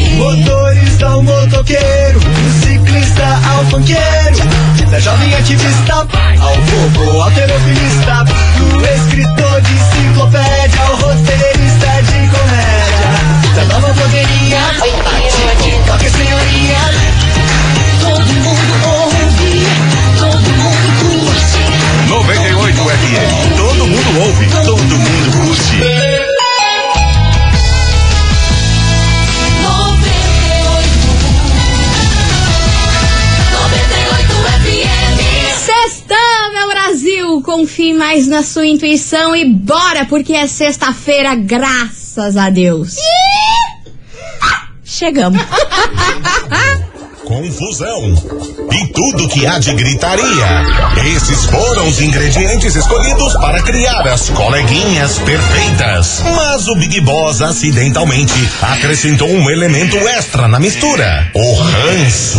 é é mais na sua intuição e bora, porque é sexta-feira, graças a Deus. Chegamos. confusão e tudo que há de gritaria. Esses foram os ingredientes escolhidos para criar as coleguinhas perfeitas. Mas o Big Boss acidentalmente acrescentou um elemento extra na mistura: o ranço.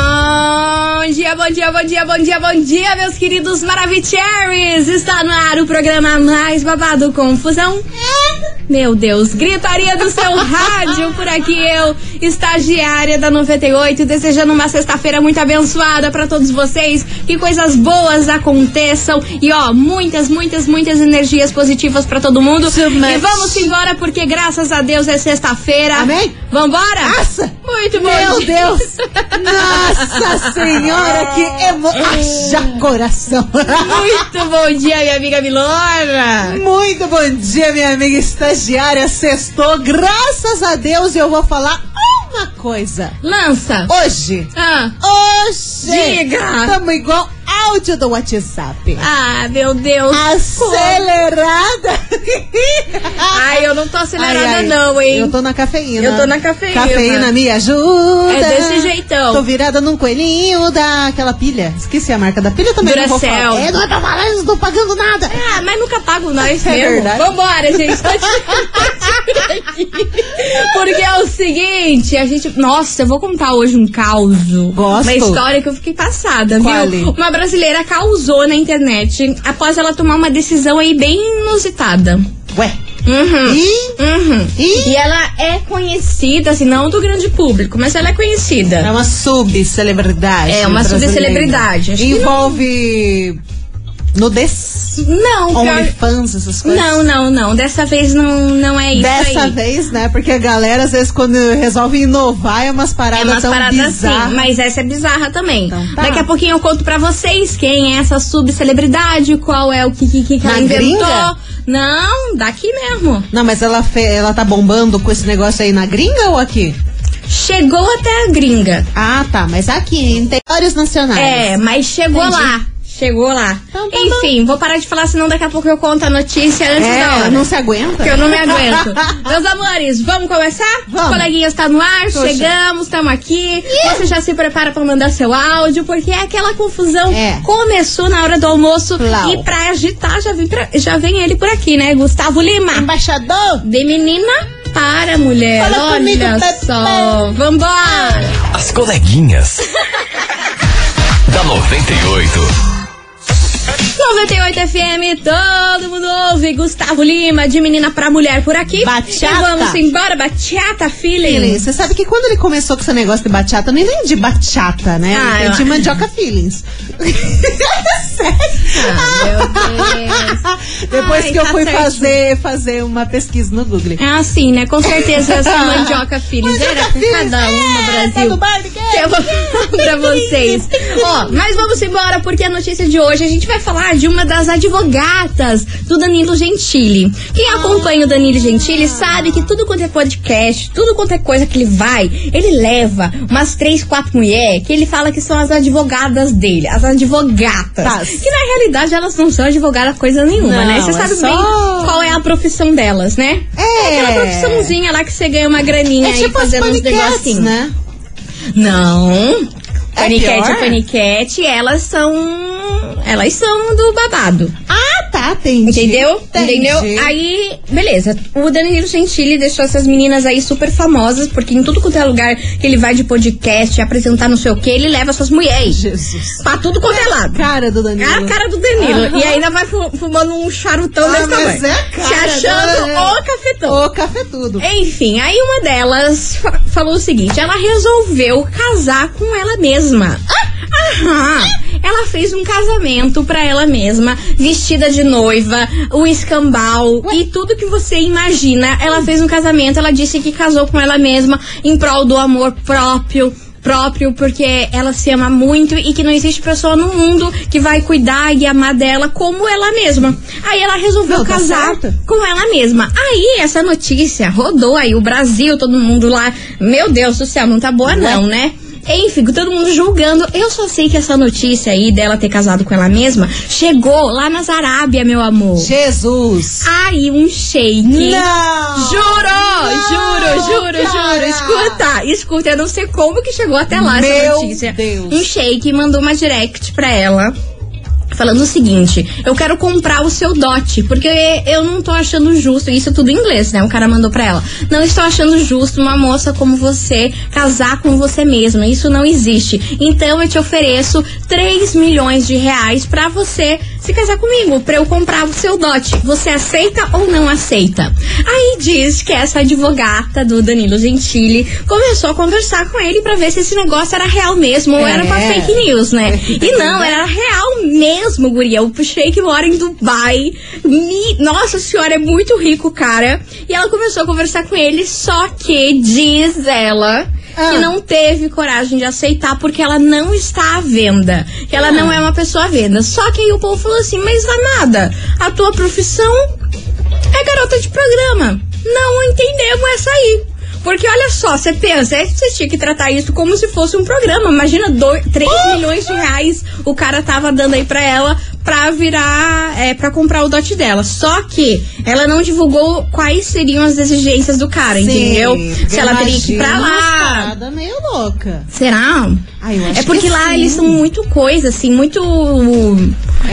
Bom dia, bom dia, bom dia, bom dia, bom dia, meus queridos Maravicheries! Está no ar o programa mais babado Confusão. Meu Deus, gritaria do seu rádio por aqui eu, estagiária da 98, desejando uma sexta-feira muito abençoada para todos vocês, que coisas boas aconteçam e ó, muitas, muitas, muitas energias positivas para todo mundo. So much. e vamos embora porque graças a Deus é sexta-feira. Amém? Vambora? Nossa! Muito bom. Meu dia. Deus! Nossa Senhora, que emo... Haja coração! Muito bom dia, minha amiga Milona! Muito bom dia, minha amiga estagiária. Sextou, graças a Deus, eu vou falar uma coisa. Lança! Hoje, Ah. hoje, Diga. tamo igual áudio do WhatsApp. Ah, meu Deus! Acelerada! Ai, eu não tô acelerada, Ai, ai, não, hein? Eu tô na cafeína. Eu tô na cafeína. Cafeína me ajuda. É desse jeitão. Tô virada num coelhinho daquela pilha. Esqueci a marca da pilha também. Não vou Duracell. falar. É, não é pra falar, eu não tô pagando nada. Ah, mas nunca pago nós É mesmo. verdade. Vambora, gente. Tá tirando aqui. Porque é o seguinte, a gente. Nossa, eu vou contar hoje um caos. Gosto. Uma história que eu fiquei passada, Qual? viu? Uma brasileira causou na internet após ela tomar uma decisão aí bem inusitada. Ué. Uhum. Ih, Uhum. ih. E ela é conhecida, assim, não do grande público, mas ela é É conhecida. uma subcelebridade. É, uma brasileira. subcelebridade, acho que Envolve nudez, Não, pior... OnlyFans, essas coisas. Não, não, não. Dessa vez não, não é isso Dessa aí. vez, né? Porque a galera, às vezes, quando resolve inovar, é umas paradas É umas tão paradas bizarras. assim, mas essa é bizarra também. Então tá. Daqui a pouquinho eu conto pra vocês quem é essa subcelebridade, qual é o que, que, que que ela Na inventou. gringa? Não, daqui mesmo. Não, mas ela, fe... ela tá bombando com esse negócio aí na gringa ou aqui? Chegou até a gringa. Ah, tá, mas aqui, em territórios nacionais. É, mas chegou Ah, Entendi. lá. Chegou lá. Então tá Enfim, vou parar de falar, senão daqui a pouco eu conto a notícia antes da É, hora. não se aguenta? Que eu não me aguento. Meus amores, vamos começar? Vamos. Coleguinhas, tá no ar, Poxa. chegamos, estamos aqui. Você já se prepara pra mandar seu áudio, porque é aquela confusão. É. Começou na hora do almoço Plau. e pra agitar já vem, pra- já vem ele por aqui, né? Gustavo Lima. Embaixador! De menina para mulher. Fala Olha comigo, Pepe. só. Vambora. As coleguinhas. da 98. 98 FM, todo mundo ouve. Gustavo Lima, de menina pra mulher por aqui. Bachata. E vamos embora, bachata, feeling. Você sabe que quando ele começou com esse negócio de bachata, eu nem lembro de bachata, né? Ah, é de eu- mandioca feelings. Depois Ai, que eu tá fui certinho. fazer, fazer uma pesquisa no Google. É assim, né? Com certeza essa mandioca filhos era por cada uma, É, tá Brasil. no barbecue. Eu vou falar pra vocês. Ó, mas vamos embora, porque a notícia de hoje a gente vai falar de uma das advogatas do Danilo Gentili. Quem Ah. acompanha o Danilo Gentili sabe que tudo quanto é podcast, tudo quanto é coisa que ele vai, ele leva umas três, quatro mulheres que ele fala que são as advogadas dele, as advogatas. Tas. Que na realidade elas não são advogadas coisa nenhuma, Tá. Não, né? Você é sabe só- bem qual é a profissão delas, né? É. aquela profissãozinha lá que você ganha uma graninha É aí tipo as fazendo uns paniquetes, negocinhos. né? Não. É paniquete pior? é paniquete, elas são. Elas são do babado. Ah, tá, entendi. Entendeu? Entendi. Entendeu? Aí, beleza. O Danilo Gentili deixou essas meninas aí super famosas, porque em tudo quanto é lugar que ele vai de podcast, apresentar não sei o que, ele leva essas mulheres. Jesus. Pra tudo quanto é lado. Cara do Danilo. É a cara do Danilo. Aham. E ainda vai fu- fumando um charutão Ah, desse mas tamanho. é a cara Se achando dela, é. o cafetão. Ô, cafetudo. Enfim, aí uma delas fa- falou o seguinte: ela resolveu casar com ela mesma. Aham. Ela fez um casamento pra ela mesma, vestida de noiva, o escambau e tudo que você imagina. Ela fez um casamento, ela disse que casou com ela mesma em prol do amor próprio. próprio, porque ela se ama muito e que não existe pessoa no mundo que vai cuidar e amar dela como ela mesma. Aí ela resolveu Não, tá casar certo. com ela mesma. Aí essa notícia rodou aí o Brasil, todo mundo lá. Meu Deus do céu, não tá boa não, né? Enfim, todo mundo julgando. Eu só sei que essa notícia aí dela ter casado com ela mesma chegou lá na Arábia, meu amor. Jesus! Aí um shake. Não! Juro, juro, juro, juro. cara! Escuta, escuta, eu não sei como que chegou até lá essa Meu notícia. Deus. Um shake mandou uma direct pra ela. Falando o seguinte, eu quero comprar o seu dote, porque eu não tô achando justo, isso tudo em inglês, né? O cara mandou pra ela. Não estou achando justo uma moça como você casar com você mesma, isso não existe. Então eu te ofereço 3 milhões de reais pra você se casar comigo, pra eu comprar o seu dote. Você aceita ou não aceita? Aí diz que essa advogata do Danilo Gentili começou a conversar com ele pra ver se esse negócio era real mesmo ou era uma É. fake news, né? E não, era real mesmo, guria. O Sheik mora em Dubai. Mi- Nossa senhora, é muito rico, cara. E ela começou a conversar com ele, só que diz ela. Ah. Que não teve coragem de aceitar porque ela não está à venda. Que ela não é uma pessoa à venda. Só que aí o povo falou assim: Mas amada, a tua profissão é garota de programa. Não entendemos essa aí. Porque olha só, você pensa, é, você tinha que tratar isso como se fosse um programa. Imagina 3 milhões de reais o cara tava dando aí pra ela pra virar, é, pra comprar o dote dela. Só que ela não divulgou quais seriam as exigências do cara, entendeu? Se ela teria que ir pra lá. Nada meio louca. Será? Ah, eu acho é porque que lá sim. eles são muito coisa, assim, muito.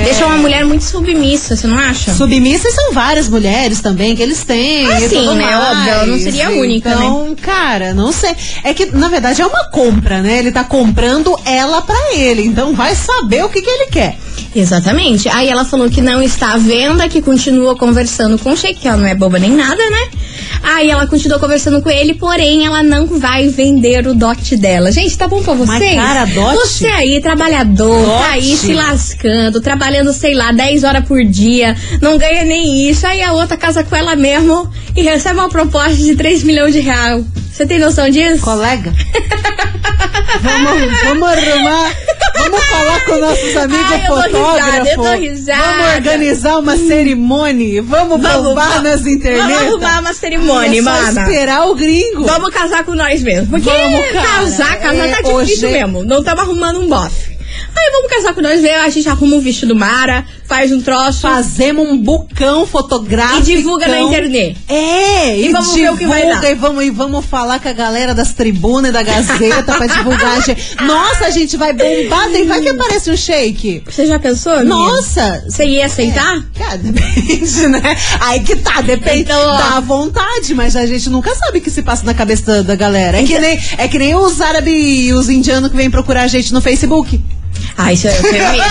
É. Deixam uma mulher muito submissa, você não acha? Submissas são várias mulheres também que eles têm. Ah, e sim, tudo né? mais. Óbvio, ela não seria a única, né? Então, cara, não sei. É que, na verdade, é uma compra, né? Ele tá comprando ela pra ele. Então vai saber o que, que ele quer. Exatamente. Aí ela falou que não está à venda, que continua conversando com o Sheik, que ela não é boba nem nada, né? Aí ela continuou conversando com ele, porém ela não vai vender o dote dela. Gente, tá bom pra vocês? Mas, cara, dote? Você aí, trabalhador, tá aí Dote? se lascando, trabalhando, sei lá, 10 horas por dia, não ganha nem isso. Aí a outra casa com ela mesmo e recebe uma proposta de 3 milhões de reais. Você tem noção disso? Colega? vamos, vamos arrumar. Vamos falar com nossos amigos Ai, eu tô risada, fotógrafos. eu tô risada. Hum. Vamos organizar uma cerimônia. Vamos, Vamos, bombar vamos- nas internet. vamos arrumar uma cerimônia, é só mana. esperar o gringo. Vamos casar com nós mesmo. Porque Vamos, cara. casar, casar tá É, difícil hoje- mesmo. Não tava arrumando um bofe. Aí vamos casar com nós mesmo, a gente arruma um vestido Mara, faz um troço Fazemos um bucão fotográfico. e divulga na internet. É, e, vamos ver o que vai divulga, dar. E vamos, e vamos falar com a galera das tribunas e da Gazeta pra divulgar. a gente. Nossa, a gente vai bombar. Tem, vai que aparece um shake. Você já pensou? amiga? Nossa, É. Você ia aceitar? Cara, depende, né? Aí que tá, depende Tá? Então, ó. da vontade, mas a gente nunca sabe o que se passa na cabeça da, da galera. É Então- que, nem, é que nem os árabes e os indianos que vêm procurar a gente no Facebook. Ah, isso eu tenho medo.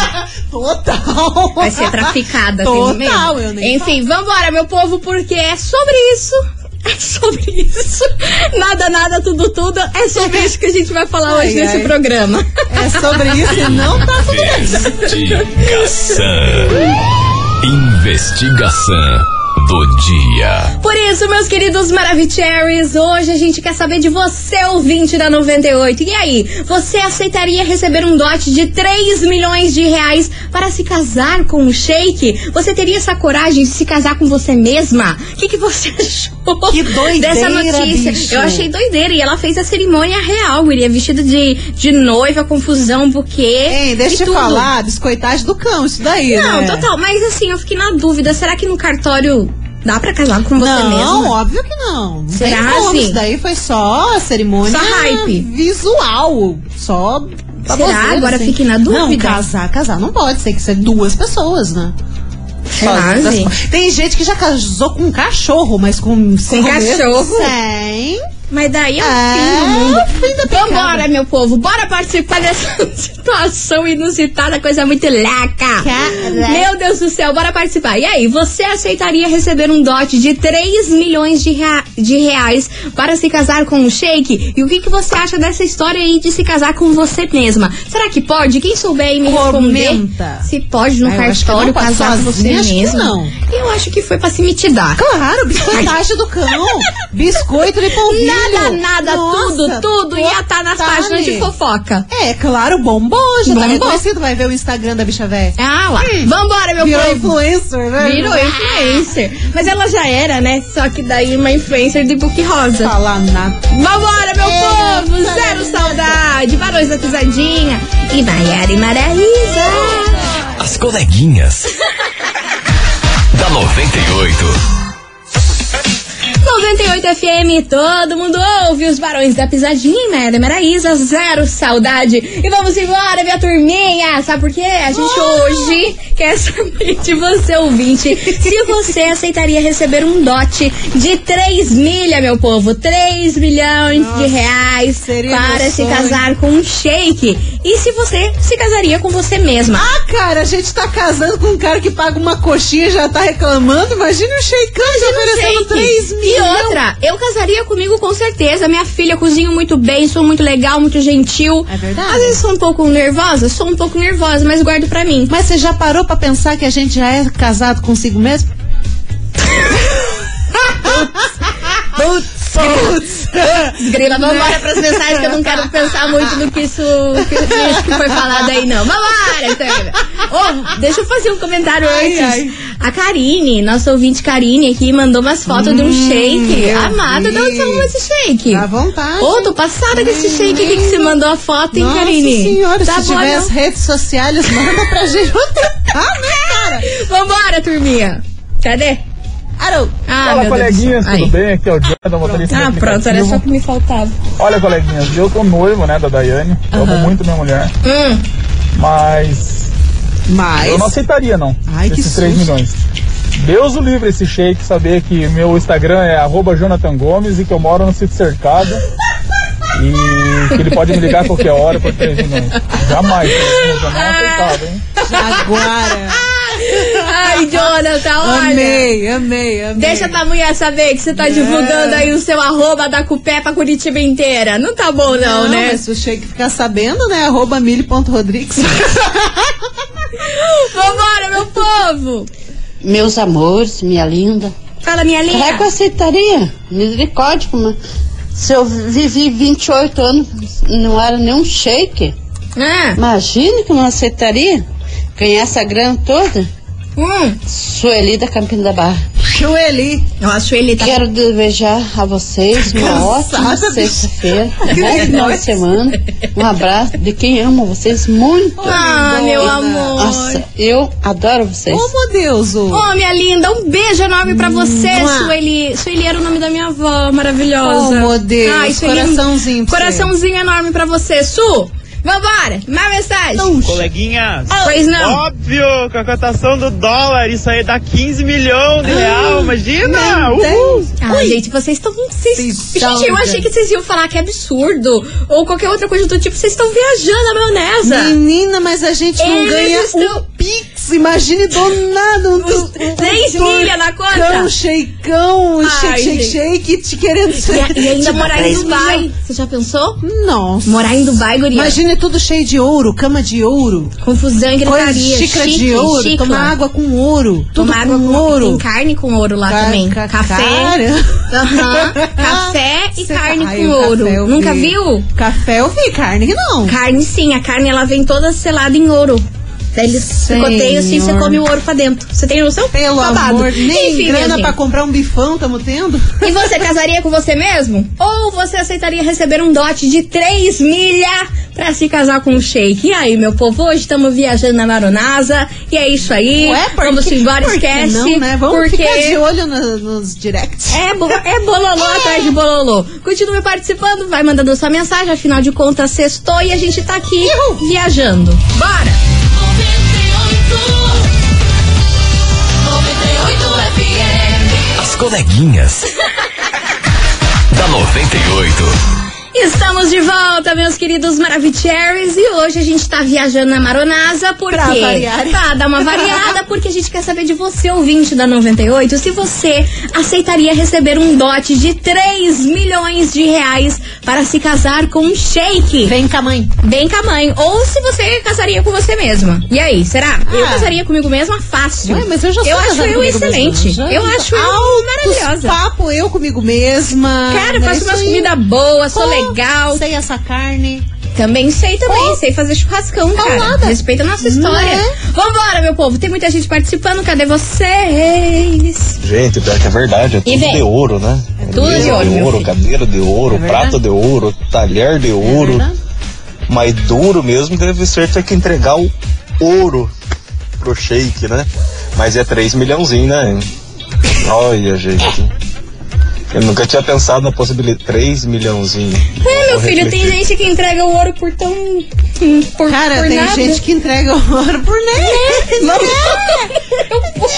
Total! Vai ser traficada, Total, tenho medo. eu nem Enfim, vambora, meu povo, porque é sobre isso. É sobre isso. Nada, nada, tudo, tudo. É sobre isso que a gente vai falar Ai, hoje nesse ai. programa. É sobre isso e não tá tudo bem. Investigação. Investigação do dia. Por isso, meus queridos Maravicheries, hoje a gente quer saber de você, ouvinte da 98. E aí, você aceitaria receber um dote de 3 milhões de reais para se casar com um shake? Você teria essa coragem de se casar com você mesma? O que, que você achou Que doideira, dessa notícia? bicho. Eu achei doideira. E ela fez a cerimônia real, guria, vestida de, de noiva, confusão, buquê. Ei, e deixa eu tudo. falar, biscoitagem do cão, isso daí, Não, né? total. Mas assim, eu fiquei na dúvida. Será que no cartório dá pra casar com você Não, mesma? óbvio que não. Não Será tem como, assim? Isso daí foi só a cerimônia Só hype. visual. Só. Será? baboseira, Agora fiquei na dúvida. Não, casar, casar não pode. Tem que ser duas pessoas, né? Será, Só duas gente? pessoas. Tem gente que já casou com um cachorro, mas com. Com cachorro? Sim. Mas daí é o É, fim do mundo. é o fim da picada. Vambora, meu povo. Bora participar dessa situação inusitada, coisa muito leca. Caraca. Meu Deus do céu, bora participar. E aí, você aceitaria receber um dote de 3 milhões de, rea- de reais para se casar com um shake? E o que, que você acha dessa história aí de se casar com você mesma? Será que pode? Quem souber aí me Comenta. responder. Se pode no Ah, eu acho que cartório não pode casar com você sozinha, acho que mesma? não. Eu acho que foi pra se mitidar. Claro, biscoitagem do cão. Biscoito de polvilho. nada, nada, Nossa, tudo, tudo ia estar nas Totale. páginas de fofoca. É, claro, bombou, já tá Bombou. reconhecido. Vai ver o Instagram da bicha véia. Ah lá. Vambora, meu Hum. Virou povo. influencer, né? Virou influencer. Mas ela já era, né? Só que daí uma influencer de book rosa. Falar nada. Vambora, meu É, povo! tá Zero ligado. saudade! Barões da Pisadinha e Maiara e Maraísa! As coleguinhas. da 98. 98 FM, todo mundo ouve os Barões da Pisadinha, Maiara e Maraísa, zero saudade! E vamos embora, minha turminha! Sabe por quê? A gente hoje quer saber de você, ouvinte, se você aceitaria receber um dote de 3 milha, meu povo! 3 milhões de reais seria para meu se sonho. casar com um shake. E se você se casaria com você mesma? Ah, cara, a gente tá casando com um cara que paga uma coxinha e já tá reclamando. Imagina o Sheikão te oferecendo Shake. 3 mil. E outra, eu casaria comigo com certeza. Minha filha cozinha muito bem, sou muito legal, muito gentil. É verdade. Às vezes sou um pouco nervosa, sou um pouco nervosa, mas guardo pra mim. Mas você já parou pra pensar que a gente já é casado consigo mesmo? Putz, putz, putz. Grila, vambora pras mensagens que eu não quero pensar muito no que isso, que, isso que foi falado aí, não. Vambora, Tânia. Ô, deixa eu fazer um comentário Ai, antes. ai. A Karine, nossa ouvinte Karine aqui, mandou umas fotos de um Hum, shake. eu Amada, de onde vi. você arrumou esse shake? Dá vontade. Ô, tô passada com esse shake aqui que você mandou a foto, hein, Nossa Karine? senhora, Tá se bom, tiver não? as redes sociais, manda pra gente. Ah, né, cara? Vambora, turminha. Cadê? Arou. Ah, Fala, meu Deus do coleguinhas, céu. tudo Aí. bem? Aqui é o Jonathan, motorista de Ah, pronto, era aplicativo. só o que me faltava. Olha, coleguinhas, eu tô noivo, né, da Daiane. Eu Amo muito minha mulher, Hum, mas eu Mas. não aceitaria, não, Ai, que esses 3 susto. milhões. Deus o livre esse shake, saber que meu Instagram é arroba Jonathan Gomes e que eu moro no sítio cercado. E que ele pode me ligar a qualquer hora por 3 milhões. Jamais, coleguinhas, eu não aceitava, hein? Agora. Ai, Jonathan, olha. Amei, amei, amei. Deixa tua mulher saber que você tá divulgando aí o seu arroba da Cupé pra Curitiba inteira. Não tá bom, não, Não, né? mas se o Sheik ficar sabendo, né? Arroba milho.rodrigues. Vambora, meu povo! Meus amores, minha linda. Fala, minha linda. Será que eu aceitaria? Misericórdia, mas se eu vivi 28 anos, não era nenhum shake. Ah, Imagina que eu não aceitaria ganhar essa grana toda. hum. Sueli da Campina da Barra. Joeli. Nossa, ele tá... Quero desejar a vocês uma Cansada, ótima bicho. sexta-feira, um bom final de semana. Um abraço de quem ama vocês muito. Ah, meu amor. Nossa, eu adoro vocês. Como Deus, ô. Ô, minha linda, um beijo enorme pra você, Mua. Sueli. Sueli era o nome da minha avó, maravilhosa. Oh, meu Deus, Sueli, coraçãozinho pra Coraçãozinho enorme pra você, Su. Vambora, mais mensagem. Coleguinhas, Pois não. óbvio, com a cotação do dólar, isso aí dá 15 milhões de real, imagina! Uh! Meu Deus. Ah, gente, vocês estão. Vocês... Se Gente, eu salga. achei que vocês iam falar que é absurdo ou qualquer outra coisa do tipo. Vocês estão viajando a maionesa. Menina, mas a gente não Eles ganha estão- um pix. Imagine do nada um, Os três milha na conta. Um sheikão, um Ai, shake, shake, shake, te querendo E, a- e ainda Tipo, morar em três Dubai. milhões. Você já pensou? Nossa. Morar em Dubai, guria. Imagine tudo cheio de ouro, cama de ouro, Confusão e coisa, gritaria. xícara chique, de ouro, chicla. tomar água com ouro, tudo Tomar água com ouro. Tem carne com ouro lá Ca- também. ca- Café. cara. Aham. Café e Cê- carne Ai, com o ouro. café eu vi. Nunca viu? Café eu vi, carne que não. Carne sim, a carne ela vem toda selada em ouro. Daí eles Senhor. picoteiam assim, você come o ouro pra dentro. Você tem noção? Pelo Babado. amor, nem Enfim, minha grana gente. pra comprar um bifão estamos tendo. E você casaria com você mesmo? Ou você aceitaria receber um dote de 3 milha pra se casar com um shake? E aí, meu povo, hoje estamos viajando na Maronasa. E é isso aí. Ué, por Vamos que- embora, por que esquece. Não, né? Vamos porque ficar de olho no- nos directs. É, bo é bololô atrás de bololô. Continue participando, vai mandando sua mensagem, afinal de contas, sextou e a gente tá aqui viajando. Bora! 98 FM. As coleguinhas. da 98. Estamos de volta, meus queridos Maravicheries, e hoje a gente tá viajando na Maronasa, porque... Pra variar. Pra dar uma variada, porque a gente quer saber de você, ouvinte da 98, se você aceitaria receber um dote de 3 milhões de reais para se casar com um shake. Vem cá, mãe. Bem com a mãe. Ou se você casaria com você mesma. E aí, será? Eu Ah. casaria comigo mesma fácil. Ué, mas eu já sou acho casada eu comigo excelente. mesma, já. Eu acho eu Alto maravilhosa. papo eu comigo mesma. Cara, eu né? faço Isso umas aí. comidas boas, sou Pô, legal. Sei essa carne. Também sei também, sei fazer churrascão, cara. Paulada. Respeita a nossa história. Né? Vambora, meu povo. Tem muita gente participando. Cadê vocês? Gente, pior que é verdade, é E tudo vem. de ouro, né? É tudo de ouro, meu filho. cadeira de ouro, É verdade. prato de ouro, talher de ouro. verdade. Mas duro mesmo deve ser ter é que entregar o ouro pro shake, né? Mas é 3 milhãozinho, né? Olha, gente. Eu nunca tinha pensado na possibilidade. 3 milhãozinho. É, meu Vou filho, tem refletir. gente que entrega o ouro por tão. hum, Por, Cara, por tem nada. É, gente que entrega o ouro por nada. Não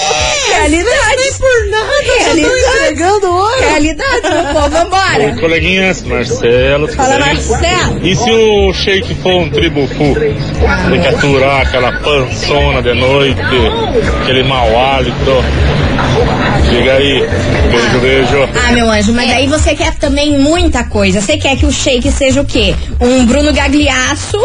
Realidade. por nada. Eu tô Realidade. entregando ouro. Realidade, meu povo. Vambora. Coleguinhas, Marcelo, tudo Fala, bem? Marcelo. E se o shake for um tribufu? Tem que aturar aquela pançona de noite, aquele mau hálito. Diga aí. Beijo, beijo. Ah, meu anjo, É. mas aí você quer também muita coisa. Você quer que o shake seja o quê? Um Bruno Gagliasso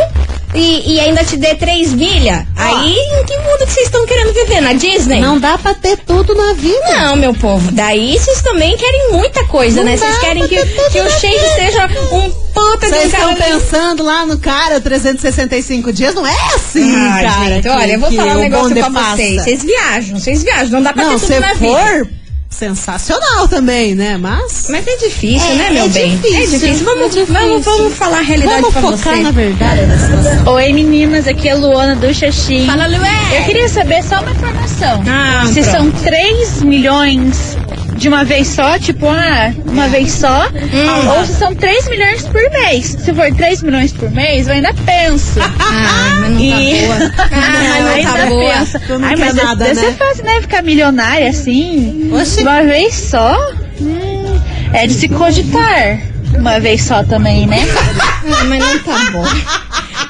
e, e ainda te dê três milha? Aí, em que mundo que vocês estão querendo viver? Na Disney? Não dá pra ter tudo na vida. Não, meu povo. Daí vocês também querem muita coisa, né? Vocês dá querem pra que, ter tudo que o na shake vida. seja um puta de um Vocês cara... estão pensando lá no cara 365 dias? Não é assim, Ai, cara. gente, que- olha, eu vou que falar um o negócio bonde pra passa. vocês. Vocês viajam, vocês viajam. Não dá pra Não, ter tudo se na vida. for, sensacional também, né? Mas. Mas é difícil, É, né, meu é bem? difícil, é difícil. Vamos, é difícil. Vamos, vamos falar a realidade Vamos pra focar você. na verdade da situação. Oi meninas, aqui é Luana do Xaxim. Fala, Lué. Eu queria saber só uma informação. Ah, se pronto. são 3 milhões de uma vez só, tipo, ah, uma vez só, Hum. ou se são 3 milhões por mês. Se for 3 milhões por mês, eu ainda penso. Ah, mas não E- tá boa. Ah, eu mas não tá ainda boa. penso. Tu não Ai, quer mas deve- nada, deve né? ser fácil, né? Ficar milionária assim, Oxi. uma vez só, hum, é de se cogitar. Uma vez só também, né? Ah, mas não tá boa.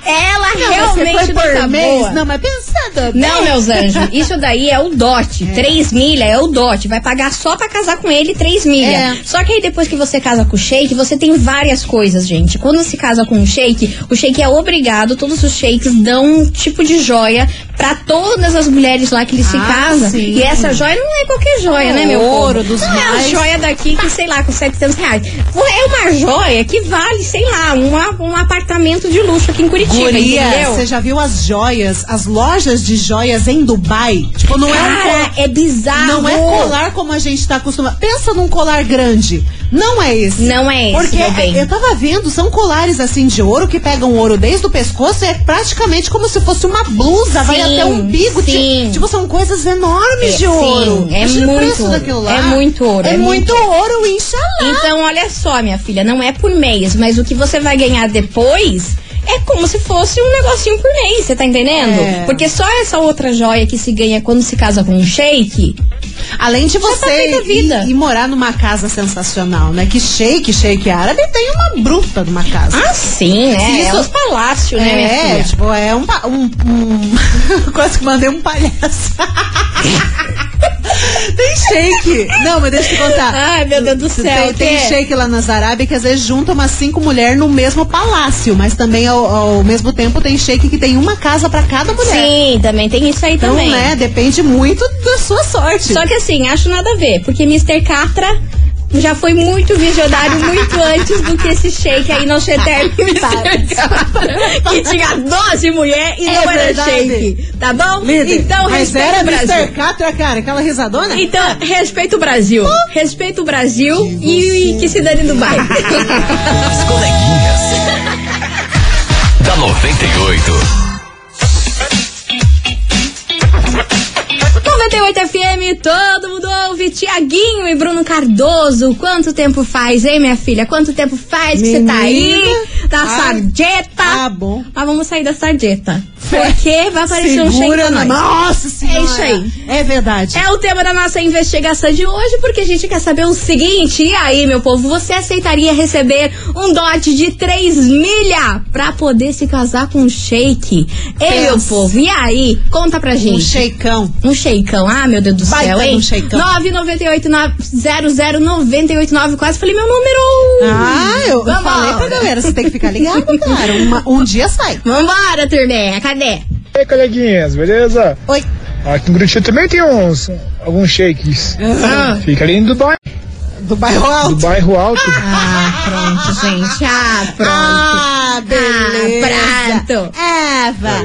Ela Você realmente foi não por tá mês? boa. Não, mas pensando. Não, meus anjos, isso daí é o dote. Três milha é o dote. Vai pagar só pra casar com ele três milha. É. Só que aí depois que você casa com o shake, você tem várias coisas, gente. Quando se casa com um shake, o shake é obrigado, todos os shakes dão um tipo de joia pra todas as mulheres lá que eles se Ah, casam. sim. E essa joia não é qualquer joia, né, meu Ouro povo? dos não é uma mais. joia daqui que, sei lá, com 700 reais. É uma joia que vale, sei lá, uma- um apartamento de luxo aqui em Curitiba, Guria, entendeu? você já viu as joias, as lojas de joias em Dubai? Tipo, não é um Cara, colar. é bizarro. Não é colar como a gente tá acostumado. Pensa num colar grande. Não é esse. Não é esse, Porque meu bem. eu tava vendo, são colares assim de ouro que pegam ouro desde o pescoço e é praticamente como se fosse uma blusa, vai Sim, até o umbigo. ti- sim. Tipo, são coisas enormes É, de ouro. sim, é Imagina o muito preço ouro. daquilo lá. É muito ouro, É, é muito, muito- ouro, inxalá. Então, olha só, minha filha, não é por mês, mas o que você vai ganhar depois é como se fosse um negocinho por mês, você tá entendendo? É. Porque só essa outra joia que se ganha quando se casa com um shake. Além de tá feita você a vida. E, e morar numa casa sensacional, né? Que shake, shake árabe tem uma bruta numa casa. Ah, sim, né? Isso- É uns palácios, né, minha É, filha? tipo, é um. pa- um, um- quase que mandei um palhaço. tem shake. Não, mas deixa eu te contar. Ai, meu Deus do céu, Tem, tem o quê? shake lá na Arábias que às vezes juntam umas cinco mulheres no mesmo palácio, mas também ao, ao mesmo tempo tem shake que tem uma casa pra cada mulher. Sim, também tem isso aí então, também. né, depende muito da sua sorte. Só que assim, acho nada a ver, porque Mr. Catra já foi muito visionário muito antes do que esse shake aí nosso eterno Mr. Catra, que tinha 12 mulheres e É não era verdade. shake, tá bom? Líder, Então mas respeita era o Brasil. Mr. Catra, cara, aquela risadona. Então, respeita o Brasil. Hum? Respeita o Brasil e, e que se dane do bairro. As coleguinhas. da 98. 98 FM, todo mundo ouve. Tiaguinho e Bruno Cardoso. Quanto tempo faz, hein, minha filha? Quanto tempo faz que você tá aí? Menina. Da Ah. sarjeta. Ah, bom. Mas vamos sair da sarjeta. Porque vai aparecer um shake Segura pra na nós. Nossa senhora. isso aí. É verdade. É o tema da nossa investigação de hoje, porque a gente quer saber o seguinte: e aí, meu povo, você aceitaria receber um dote de 3 milha pra poder se casar com um shake? Ei, meu Pensa. povo, e aí? Conta pra Um gente. shakeão. Um shakeão, ah, meu Deus do Vai céu, ter hein? um shakeão. 998-00989, quase falei meu número! um. Ah, eu, eu Vambora. falei pra galera, você tem que ficar ligado, cara. Uma- um dia sai. Vambora, turminha, cadê? E aí, coleguinhas, beleza? Oi. Aqui em Curitiba também tem uns alguns shakes. Ah, Fica ali em Dubai. Do bairro um alto? Do bairro alto. Ah, pronto, gente. Ah, pronto. Ah, beleza. Ah, pronto.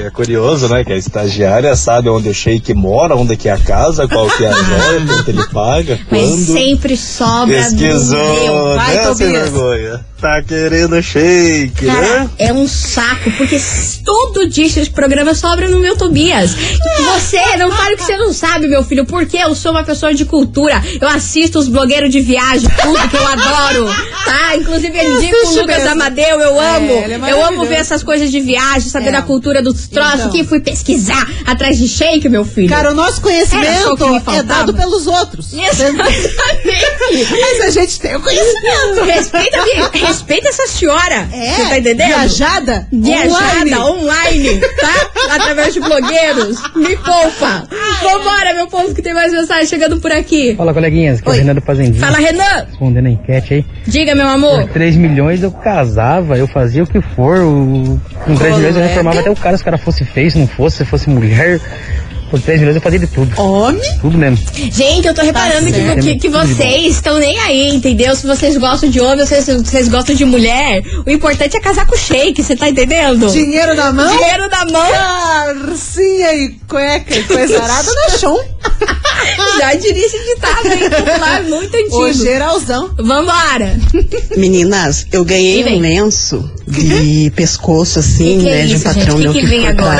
Eva. É curioso, né? Que a estagiária sabe onde o shake mora, onde que é a casa, qual que é a joia, quanto ele paga, Mas quando. sempre sobra do Pesquisou, meu. Vai, né, sem Tobias. vergonha? Tá querendo shake, né? Cara, é um saco, porque s- todo dia esses programas sobra no meu Tobias. E Você, não fale que você não sabe, meu filho, porque eu sou uma pessoa de cultura. Eu assisto os blogueiros de viagem, tudo que eu adoro. Tá? Inclusive, ele Eu diz com o assisto Lucas mesmo. Amadeu, eu É, amo. ele é eu amo maravilhoso. É. ver essas coisas de viagem, saber da cultura dos troços, Então. que fui pesquisar atrás de shake, meu filho. Cara, o Era nosso só o conhecimento que me é faltava. dado pelos outros. Mas a gente tem o conhecimento. Respeita, a minha- respeita essa senhora. É, Você tá entendendo? Viajada? online. Viajada online, tá? Através de blogueiros. Me poupa. Vambora, meu povo, que tem mais mensagem chegando por aqui. Fala, coleguinhas, que é o Renan do Fazendinha. Fala, Renan. Respondendo a enquete aí. Diga, meu amor. Por 3 milhões eu casava, eu fazia o que for. o- Com 3 milhões eu reformava até o cara, se o cara fosse feio, se não fosse, se fosse mulher. Por 3 milhões eu fazia de tudo. Homem? Tudo mesmo. Gente, eu tô reparando que, certo. que, que vocês estão nem aí, entendeu? Se vocês gostam de homem, se vocês, vocês gostam de mulher, o importante é casar com o shake, você tá entendendo? Dinheiro na mão? Dinheiro na mão. Garcinha e cueca e coisa arada na chão. Já diria esse ditado, hein? Popular, muito antigo. Ô, geralzão. Vambora. Meninas, eu ganhei um lenço Uhum. de pescoço assim, Que que é né, de um isso, patrão gente? Que meu que que, vem foi agora?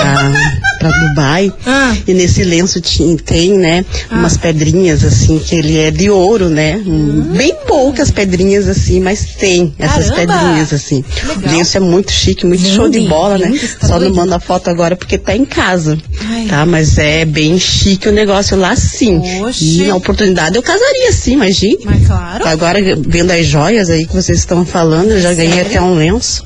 pra, pra Dubai. Ah. E nesse lenço ti- tem, né, umas pedrinhas assim, que ele é de ouro, né? Hum. um- Bem poucas pedrinhas assim, mas tem essas Caramba! pedrinhas assim. O lenço é muito chique, muito show de bola, né? Só não manda a foto agora porque tá em casa. Tá, mas é bem chique o negócio lá sim. E na oportunidade eu casaria sim, imagina. Mas Ah, claro. Agora, vendo as joias aí que vocês estão falando, eu já ganhei até um lenço.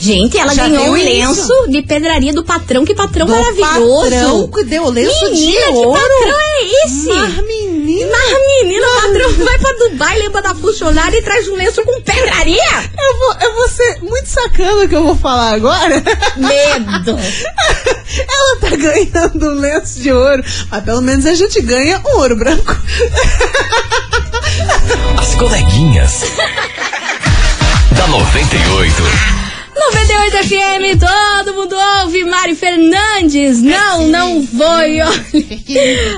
Gente, ela Já ganhou deu um isso? lenço de pedraria do patrão. Que patrão Do maravilhoso. patrão que deu lenço de Menina, que ouro? patrão é esse? Mas, menina. Mas, menina, o patrão vai pra Dubai, lembra da funcionária e traz um lenço com pedraria? Eu vou, eu vou ser muito sacana o que eu vou falar agora. Medo. Ela tá ganhando um lenço de ouro, mas pelo menos a gente ganha um ouro branco. As coleguinhas. da 98. 98 FM, todo mundo ouve. Mari Fernandes, não, não foi. olha.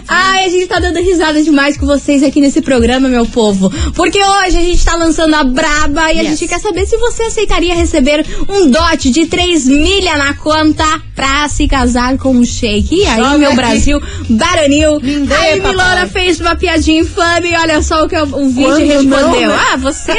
Ai, a gente tá dando risada demais com vocês aqui nesse programa, meu povo. Porque hoje a gente tá lançando a Braba e a gente quer saber se você aceitaria receber um dote de 3 milha na conta pra se casar com um shake. E aí, Joga meu aqui. Brasil, baronil. dê, Aí, papai. Milona fez uma piadinha infame. Olha só o que o Quando vídeo respondeu. não, né? Ah, você.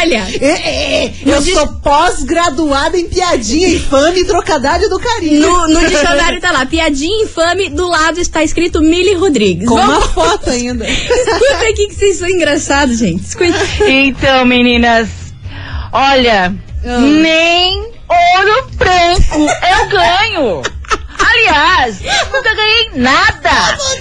Olha. É, é, é, eu No di- sou pós-graduada em piadinha infame e trocadilho do carinho. No, no dicionário tá lá, piadinha infame, do lado está escrito Milly Rodrigues. Com uma Vamos- foto ainda. Escuta aqui que vocês são engraçados, gente. Escuta. Então, meninas, olha, nem ouro branco eu ganho. Aliás, nunca ganhei nada.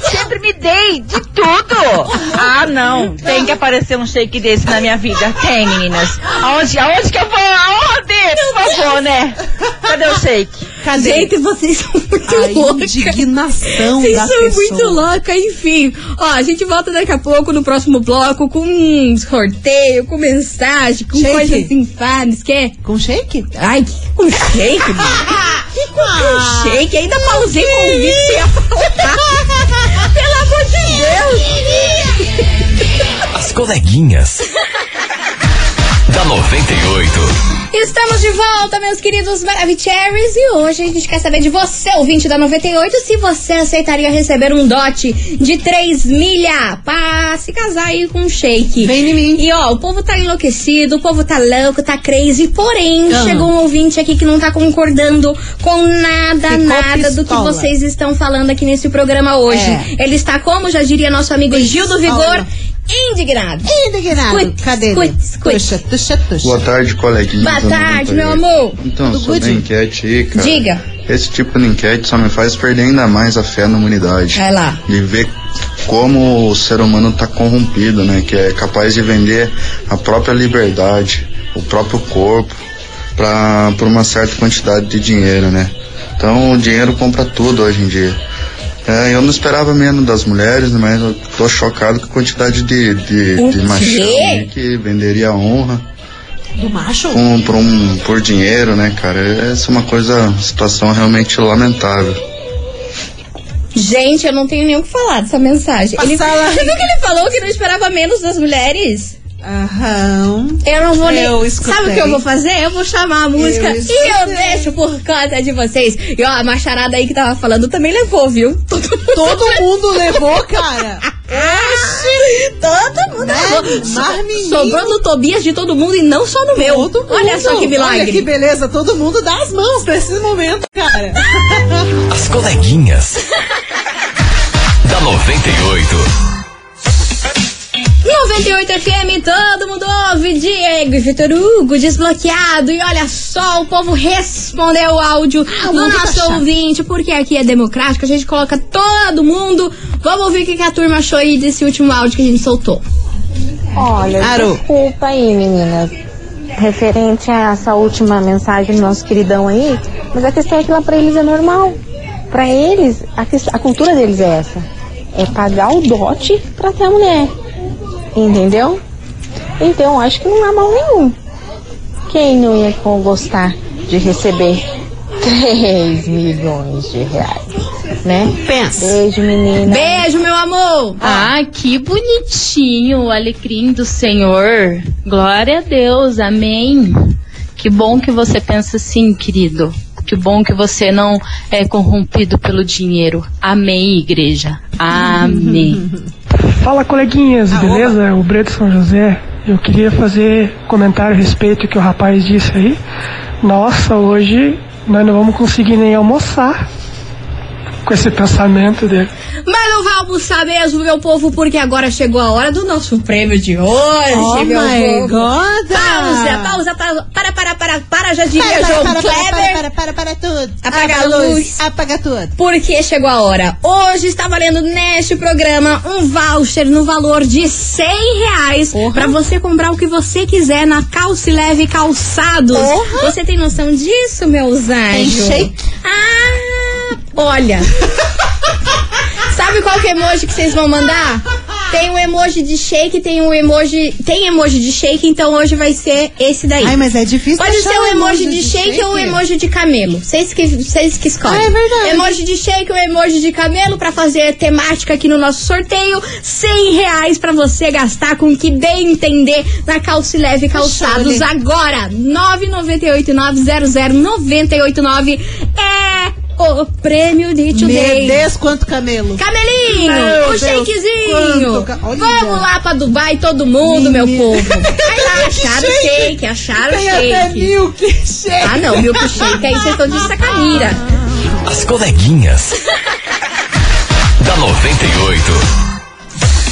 Sempre me dei de tudo. Ah, não. Tem que aparecer um shake desse na minha vida. Tem, meninas. Aonde, aonde que eu vou? Aonde? Por favor, né? Cadê o shake? Cadê? Gente, vocês são muito A loucas. indignação Vocês da são pessoa. muito loucas, enfim. Ó, a gente volta daqui a pouco no próximo bloco com um sorteio, com mensagem, com Shake. coisas infames. Quer? Com shake? Ai, que com shake, mano. Que com shake? Ainda Ah, pausei com o vídeo sem falar. Pelo amor de Deus. As coleguinhas. da 98. Estamos de volta, meus queridos Maravicheries, e hoje a gente quer saber de você, ouvinte da 98, se você aceitaria receber um dote de 3 milha pra se casar aí com um shake. Vem em mim. E ó, o povo tá enlouquecido, o povo tá louco, tá crazy, porém, Ah. chegou um ouvinte aqui que não tá concordando com nada, Ficou nada do que pistola. vocês estão falando aqui nesse programa hoje. Ele está, como já diria nosso amigo Gil do Vigor, indignado. Indignado. Escute, Cadê escute, ele? Tuxa, tuxa, tuxa. Boa tarde, coleguinha. Boa tarde, meu amor. Então, Tudo sobre a good? enquete aí, cara. Diga. Esse tipo de enquete só me faz perder ainda mais a fé na humanidade. Vai lá. De ver como o ser humano tá corrompido, né? Que é capaz de vender a própria liberdade, o próprio corpo, pra, por uma certa quantidade de dinheiro, né? Então, o dinheiro compra tudo hoje em dia. É, eu não esperava menos das mulheres, né, mas eu tô chocado com a quantidade de, de, O de machão quê? aí que venderia a honra Do macho? com- por, um, por dinheiro, né, cara? Essa é uma coisa, situação realmente lamentável. Gente, eu não tenho nem o que falar dessa mensagem. Ele, Passar lá. você viu que ele falou que não esperava menos das mulheres? Aham. Eu não vou nem. Eu escutei. Sabe o que eu vou fazer? Eu vou chamar a música escutei. e eu deixo por conta de vocês. E ó, a macharada aí que tava falando também levou, viu? Todo mundo, Todo mundo levou, cara. Né? Oxi, todo mundo levou. So- Sobrou no Tobias de todo mundo e não só no meu. Olha só que milagre. Olha que beleza, todo mundo dá as mãos nesse momento, cara. As coleguinhas. da 98. 98 FM, todo mundo ouve, Diego e Vitor Hugo, desbloqueado. E olha só, o povo respondeu o áudio Ah, do mundo tá nosso chato. ouvinte, porque aqui é democrático, a gente coloca todo mundo. Vamos ouvir o que que a turma achou aí desse último áudio que a gente soltou. Olha, Aru. desculpa aí, menina. Referente a essa última mensagem do nosso queridão aí, mas a questão é que lá pra eles é normal. Pra eles, a, ques- a cultura deles é essa: é pagar o dote pra ter a mulher. Entendeu? Então, eu acho que não há mal nenhum. Quem não ia co- gostar de receber 3 milhões de reais? Né? Pensa. Beijo, menina. Beijo, meu amor! Ah, que bonitinho o alecrim do Senhor. Glória a Deus, amém. Que bom que você pensa assim, querido. Que bom que você não é corrompido pelo dinheiro. Amém, igreja. Amém. Fala coleguinhas, beleza? O Breto São José. Eu queria fazer comentário a respeito que o rapaz disse aí. Nossa, hoje nós não vamos conseguir nem almoçar com esse pensamento dele. Mas não vai almoçar mesmo, meu povo, porque agora chegou a hora do nosso prêmio de hoje, Oh meu povo. my God! Pausa, pausa, pausa, para, para, para, para, já diria Para, para, João para, para, Kleber. para, para, para, para tudo. Apaga Apaga a luz. Apaga tudo. Porque chegou a hora. Hoje está valendo neste programa um voucher no valor de 100 reais pra você comprar o que você quiser na Calce Leve Calçados. Porra. Você tem noção disso, meus anjos? shake? Ah, olha. Sabe qual que é o emoji que vocês vão mandar? Tem um emoji de shake, tem um emoji. Tem emoji de shake, então hoje vai ser esse daí. Ai, mas é difícil Pode achar ser um um emoji de shake, ou um emoji de camelo. Vocês que, vocês que escolhem. Ah, é verdade. Emoji de shake ou emoji de camelo pra fazer temática aqui no nosso sorteio. 100 reais pra você gastar com o que bem entender na Calce Leve Calçados. Chore. Agora, 998-900-989 é o prêmio de today. Meu Deus, quanto camelo. Camelinho, Meu o Deus, shakezinho. quanto ca- Olha. Vamos lá pra Dubai, todo mundo, meu povo. Vai lá, acharam o shake. shake, acharam o Tem até shake. Ah, não, milkshake aí vocês estão de sacaneira. As coleguinhas. da 98.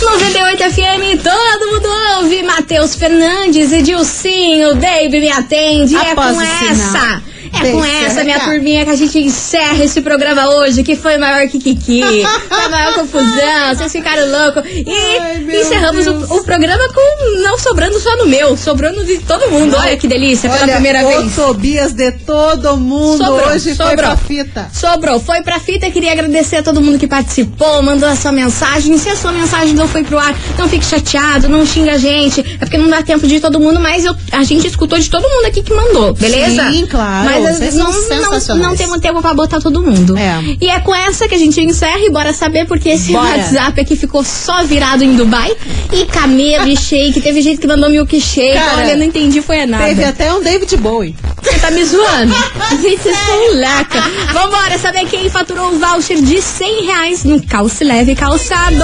98 FM, todo mundo ouve. Matheus Fernandes e Dilcinho, Baby me atende. é Após com o sinal. essa. É com Deixa essa, minha arrecar. turminha, que a gente encerra esse programa hoje, que foi maior que Kiki. Foi a maior confusão, vocês ficaram loucos. E encerramos o, o programa com não sobrando só no meu, sobrando de todo mundo. Olha que delícia, pela Olha, primeira o vez. Tobias de todo mundo Sobrou, hoje foi sobrou. pra fita. Sobrou, foi pra fita. Queria agradecer a todo mundo que participou, mandou a sua mensagem. Se a sua mensagem não foi pro ar, não fique chateado, não xinga a gente. É porque não dá tempo de todo mundo, mas eu- a gente escutou de todo mundo aqui que mandou, beleza? Sim, claro. é Mas às Vocês vezes são não, não, sensacionais. não temos tempo pra botar todo mundo. É. E é com essa que a gente encerra e bora saber porque esse Bora. WhatsApp aqui ficou só virado em Dubai. E camelo e shake. Teve gente que mandou milkshake. Cara, Olha, não entendi, foi nada. Teve até um David Bowie. Você tá me zoando? Gente, vocês são laca. Vambora saber quem faturou o voucher de 100 reais no Calce Leve Calçados.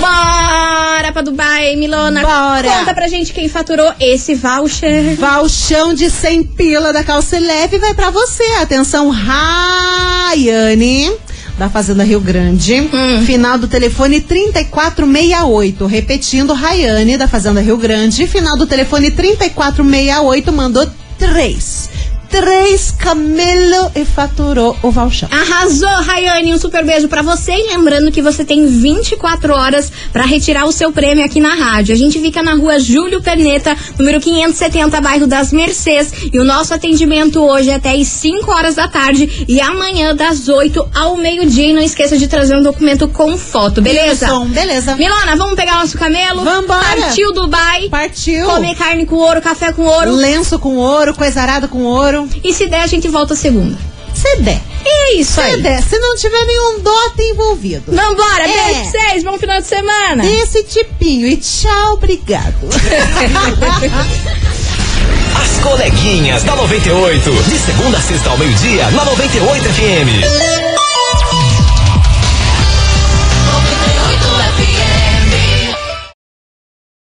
Bora pra Dubai, Milona. Bora. Conta pra gente quem faturou esse voucher. Valchão de 100 pila da calça leve vai pra você. Atenção, Rayane. Da Fazenda Rio Grande. Hum. Final do telefone 3468. Repetindo, Rayane, da Fazenda Rio Grande. Final do telefone 3468. Mandou três. três camelo e faturou o Ah, valchão. Arrasou, Rayane. Um super beijo pra você. E lembrando que você tem 24 horas pra retirar o seu prêmio aqui na rádio. A gente fica na rua Júlio Perneta, número 570, bairro das Mercês. E o nosso atendimento hoje é até às 5 horas da tarde e amanhã das 8 ao meio-dia. E não esqueça de trazer um documento com foto, beleza? Isso, beleza. Milona, vamos pegar nosso camelo? Vambora. Partiu Dubai. Partiu. Hum. Comer carne com ouro, café com ouro. Lenço com ouro, coisa arada com ouro. E se der, a gente volta segunda. Se der. E é isso se aí. der. Se não tiver nenhum dote envolvido. Vambora, É. beijo pra vocês, bom final de semana. Desse tipinho. E tchau, obrigado. As coleguinhas da 98. De segunda a sexta ao meio-dia, na 98 FM.